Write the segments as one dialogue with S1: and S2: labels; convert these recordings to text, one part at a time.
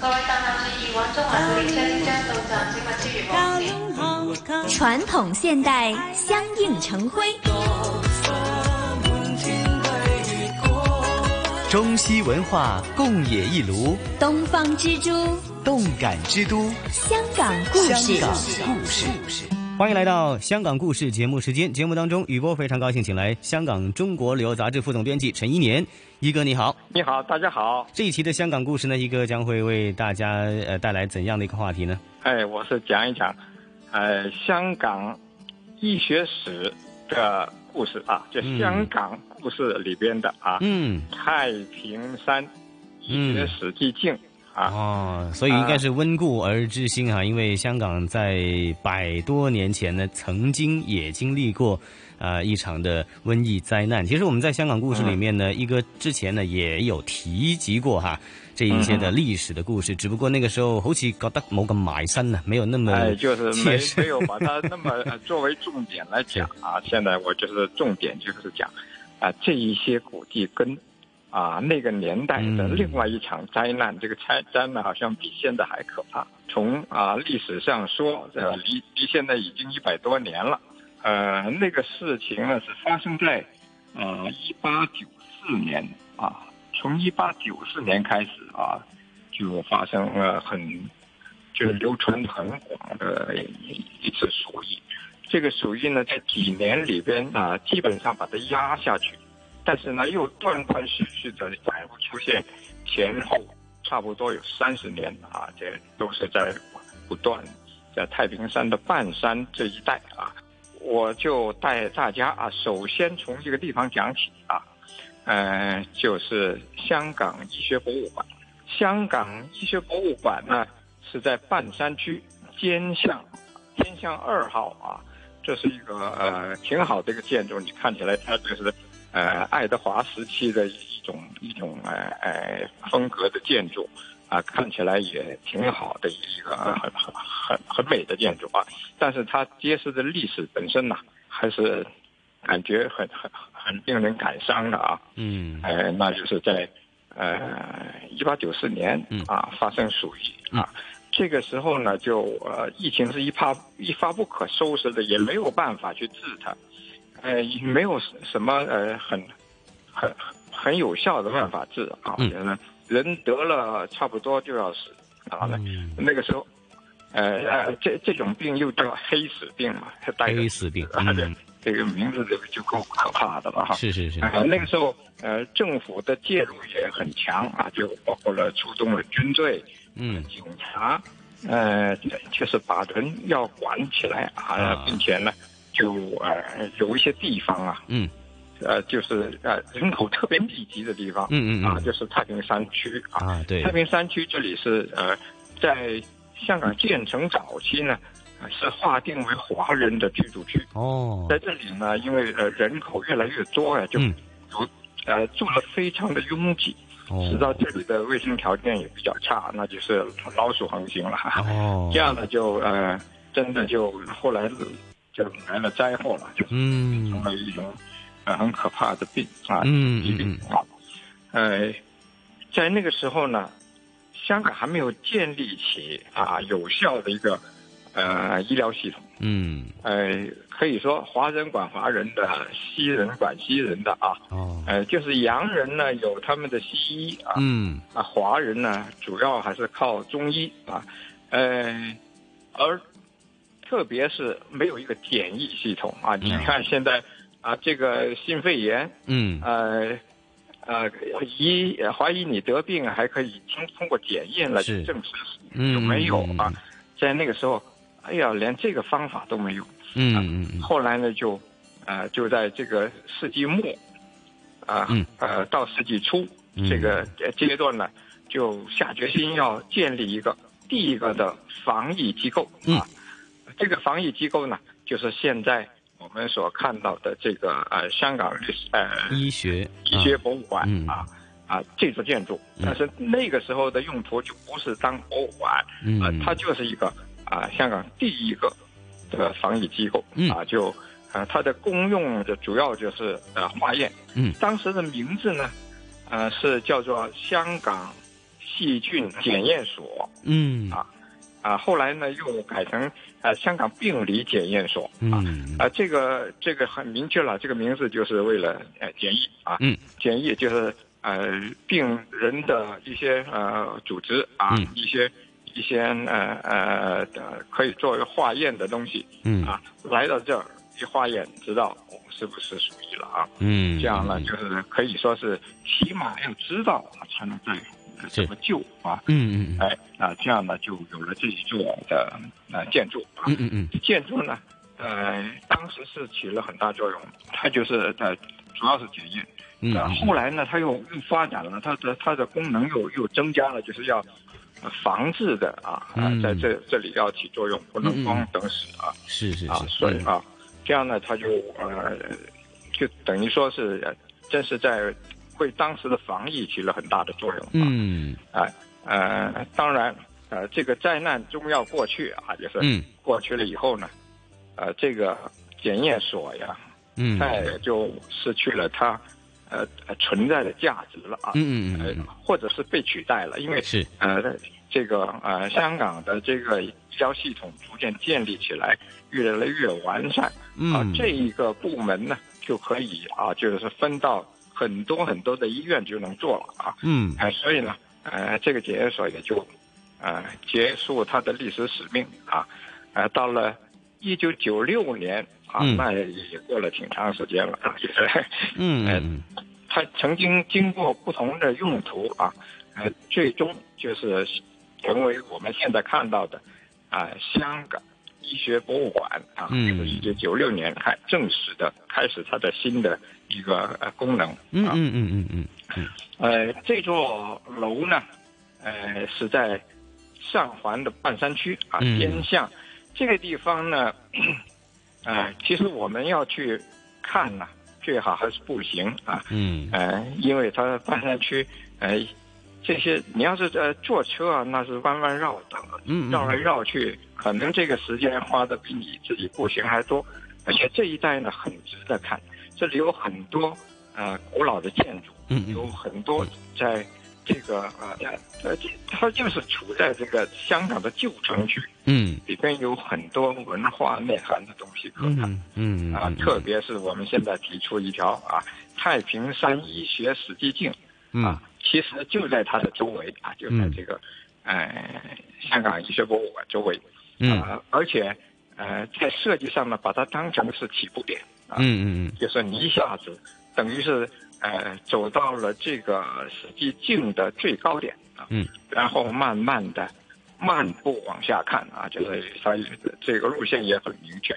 S1: 各位乘客注意，往中环古里车即將到站，請勿超越黃線。
S2: 传统现代相映成辉，
S3: 中西文化共冶一炉，
S2: 东方之珠，
S3: 动感之都，
S2: 香港故
S3: 香
S2: 事。
S3: 港故事。欢迎来到《香港故事》节目时间。节目当中，雨波非常高兴请来香港《中国旅游杂志》副总编辑陈一年，一哥你好。
S4: 你好，大家好，
S3: 这一期的香港故事呢，一哥将会为大家呃带来怎样的一个话题呢？
S4: 哎，我是讲一讲，呃，香港医学史的故事啊，就
S3: 嗯
S4: 香港故事里边的啊，
S3: 嗯，
S4: 太平山医学史迹境啊，
S3: 哦，所以应该是温故而知新啊哈、因为香港在百多年前呢，曾经也经历过呃一场的瘟疫灾难。其实我们在香港故事里面呢，一哥之前呢也有提及过哈这一些的历史的故事，只不过那个时候好似覺得冇咁埋身啊，没有那么、
S4: 哎，就是
S3: 确
S4: 没
S3: 实
S4: 没有把它那么呃作为重点来讲 啊。现在我就是重点就是讲啊、这一些古迹跟。啊，那个年代的
S3: 嗯
S4: 另外一场灾难，这个灾灾难好像比现在还可怕。从啊历史上说，对吧？离离现在已经一百多年了。呃，那个事情呢是发生在呃一八九四年啊，从一八九四年开始啊，就发生了很就是流传很广的一一次鼠疫。这个鼠疫呢，在几年里边啊，基本上把它压下去，但是呢，又断断续续的反复出现，前后差不多有三十年啊，这都是在不断在太平山的半山这一带啊。我就带大家啊，首先从一个地方讲起啊，呃，就是香港医学博物馆。香港医学博物馆呢是在半山区尖巷尖巷二号啊，这是一个呃挺好的一个建筑，你看起来它就是呃爱德华时期的一种一种呃呃风格的建筑啊，看起来也挺好的一个呃很很很很美的建筑啊，但是它揭示的历史本身呐、还是感觉很很很令人感伤的啊。
S3: 嗯
S4: 呃，那就是在呃一八九四年
S3: 嗯
S4: 啊发生鼠疫啊，这个时候呢，就呃疫情是一发一发不可收拾的，也没有办法去治它，呃，也没有什么呃很很很有效的办法治啊，
S3: 嗯
S4: 人人得了差不多就要死啊，那
S3: 嗯
S4: 那个时候。呃呃，这这种病又叫黑死病嘛，它带着
S3: 黑死病
S4: 啊这
S3: 嗯
S4: 这个名字就就够可怕的了哈。
S3: 是是是，
S4: 啊、那个时候，呃，政府的介入也很强啊，就包括了出动了军队、
S3: 嗯
S4: 警察，呃，就是把人要管起来
S3: 啊
S4: 啊，并且呢，就呃有一些地方啊，
S3: 嗯
S4: 呃，就是呃人口特别密集的地方，
S3: 嗯嗯
S4: 啊，
S3: 嗯
S4: 就是太平山区啊，
S3: 啊对
S4: 太，平山区这里是呃，在香港建成早期呢，呃是划定为华人的居住区，
S3: 哦
S4: 在这里呢，因为呃人口越来越多呀，就
S3: 嗯
S4: 有呃住了非常的拥挤，使
S3: 哦
S4: 到这里的卫生条件也比较差，那就是老鼠横行了。
S3: 哦
S4: 这样呢，就呃真的就后来就来了灾祸了，就
S3: 嗯
S4: 成了一种呃很可怕的病啊，
S3: 嗯
S4: 疾病
S3: 嗯
S4: 啊。呃，在那个时候呢，香港还没有建立起啊有效的一个呃医疗系统。
S3: 嗯
S4: 呃，可以说华人管华人的，西人管西人的啊，
S3: 哦
S4: 呃，就是洋人呢有他们的西医啊，
S3: 嗯
S4: 啊，华人呢主要还是靠中医啊，呃，而特别是没有一个检疫系统啊，你
S3: 嗯
S4: 看现在啊，这个新肺炎，
S3: 嗯
S4: 呃。呃，疑怀疑你得病，还可以通通过检验来
S3: 是
S4: 证实
S3: 嗯
S4: 有没有啊
S3: 嗯？
S4: 在那个时候，哎呀，连这个方法都没有，
S3: 嗯嗯
S4: 后来呢，就呃就在这个世纪末，啊、
S3: 嗯
S4: 呃到世纪初
S3: 嗯
S4: 这个呃阶段呢，就下决心要建立一个第一个的防疫机构
S3: 嗯
S4: 啊。这个防疫机构呢，就是现在我们所看到的这个呃香港历史呃
S3: 嗯，医学
S4: 医学博物馆
S3: 啊嗯
S4: 啊。啊，这座建筑，
S3: 嗯
S4: 但是那个时候的用途就不是当博物馆，
S3: 嗯
S4: 啊，它就是一个啊、香港第一个这个防疫机构
S3: 嗯
S4: 啊，就啊、它的功用的主要就是呃化验。
S3: 嗯
S4: 啊当时的名字呢，呃是叫做香港细菌检验所
S3: 嗯
S4: 啊，后来呢又改成呃香港病理检验所啊。
S3: 嗯
S4: 啊，这个这个很明确了，这个名字就是为了呃检疫啊，
S3: 嗯，
S4: 检疫就是呃病人的一些呃组织啊，
S3: 嗯
S4: 一些一些呃呃呃可以作为化验的东西
S3: 嗯
S4: 啊，来到这儿一化验，知道我是不是属于了啊，
S3: 嗯，
S4: 这样呢就是可以说是起码要知道啊才能再呃
S3: 是
S4: 怎么救啊，
S3: 嗯嗯
S4: 哎，那这样呢就有了这一座的呃建筑啊，
S3: 嗯嗯嗯
S4: 建筑呢，呃，当时是起了很大作用，它就是呃，主要是检验。
S3: 嗯
S4: 呃，后来呢，它又又发展了，它的它的功能又又增加了，就是要呃防治的啊，呃
S3: 嗯
S4: 在这这里要起作用，不能光等死啊、
S3: 是是
S4: 啊
S3: 是，，
S4: 所以啊，这样呢，它就呃，就等于说是，呃真是在为当时的防疫起了很大的作用、啊。
S3: 嗯
S4: 呃，当然，呃，这个灾难终要过去啊，就是
S3: 嗯
S4: 过去了以后呢，呃，这个检验所呀，
S3: 嗯
S4: 再也就失去了它呃呃存在的价值了啊，
S3: 嗯
S4: 呃
S3: 嗯，
S4: 或者是被取代了，因为
S3: 是
S4: 呃这个呃香港的这个医疗系统逐渐建立起来，越来越完善啊，
S3: 嗯
S4: 这一个部门呢就可以啊，就是分到很多很多的医院就能做了啊，
S3: 嗯
S4: 哎、所以呢，呃，这个检验所也就呃结束它的历史使命啊，呃，到了一九九六年啊，
S3: 嗯
S4: 那也过了挺长时间了，啊就是
S3: 嗯
S4: 它曾经经过不同的用途啊，呃，最终就是成为我们现在看到的啊、香港。医学博物馆啊，
S3: 嗯
S4: 一九九六年开正式的开始它的新的一个呃功能，
S3: 嗯嗯嗯嗯
S4: 呃，这座楼呢，呃，是在上环的半山区啊，
S3: 嗯
S4: 边巷、这个地方呢， 呃，其实我们要去看呐、最好还是步行啊，
S3: 嗯
S4: 呃，因为它半山区，呃，这些你要是呃坐车啊，那是弯弯绕道，
S3: 嗯
S4: 绕来绕去，可能这个时间花的比你自己步行还多。而且这一带呢，很值得看，这里有很多呃古老的建筑，
S3: 嗯
S4: 有很多在这个呃呃，这它就是处在这个香港的旧城区
S3: 嗯
S4: 里边，有很多文化内涵的东西可看。
S3: 嗯嗯
S4: 啊，特别是我们现在提出一条啊，太平山医学史迹径
S3: 嗯
S4: 啊，其实就在它的周围啊，就在这个，呃，香港医学博物馆周围
S3: 嗯
S4: 啊，而且呃，在设计上呢，把它当成是起步点啊，
S3: 嗯嗯
S4: 就是你一下子等于是呃走到了这个史记境的最高点啊，
S3: 嗯，
S4: 然后慢慢的漫步往下看啊，就是它这个路线也很明确，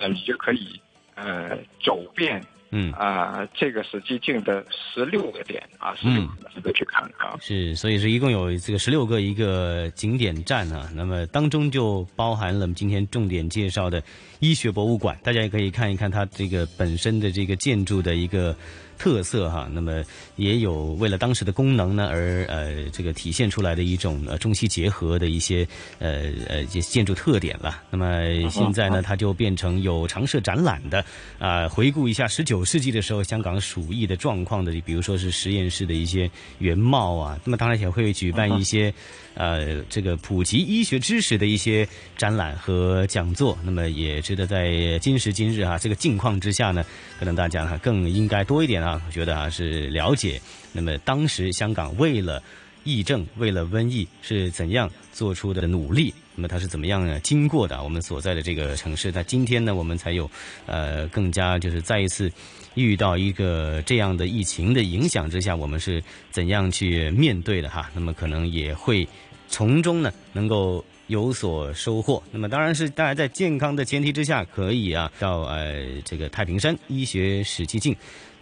S4: 那你就可以呃走遍
S3: 嗯。
S4: 啊、这个史记境的十六个点啊，十六个值得去看啊，
S3: 是，所以是一共有这个十六个一个景点站啊，那么当中就包含了我们今天重点介绍的医学博物馆，大家也可以看一看它这个本身的这个建筑的一个特色哈。那么也有为了当时的功能呢而呃这个体现出来的一种呃中西结合的一些呃呃这建筑特点了。那么现在呢，它就变成有常设展览的，啊、回顾一下十九世纪的时候香港鼠疫的状况的，比如说是实验室的一些原貌啊。那么当然也会举办一些，呃，这个普及医学知识的一些展览和讲座。那么也值得在今时今日啊这个境况之下呢，可能大家哈更应该多一点啊，我觉得啊是了解。那么当时香港为了疫症为了瘟疫是怎样做出的努力？那么它是怎么样呢经过的啊？我们所在的这个城市，那今天呢，我们才有呃更加就是再一次遇到一个这样的疫情的影响之下，我们是怎样去面对的哈？那么可能也会从中呢能够。有所收获，那么当然是大家在健康的前提之下，可以啊到呃这个太平山医学史迹径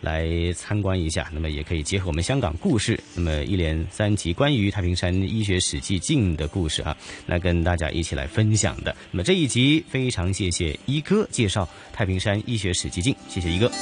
S3: 来参观一下，那么也可以结合我们香港故事，那么一连三集关于太平山医学史迹境的故事啊，那跟大家一起来分享的。那么这一集非常谢谢一哥介绍太平山医学史迹境，谢谢一哥。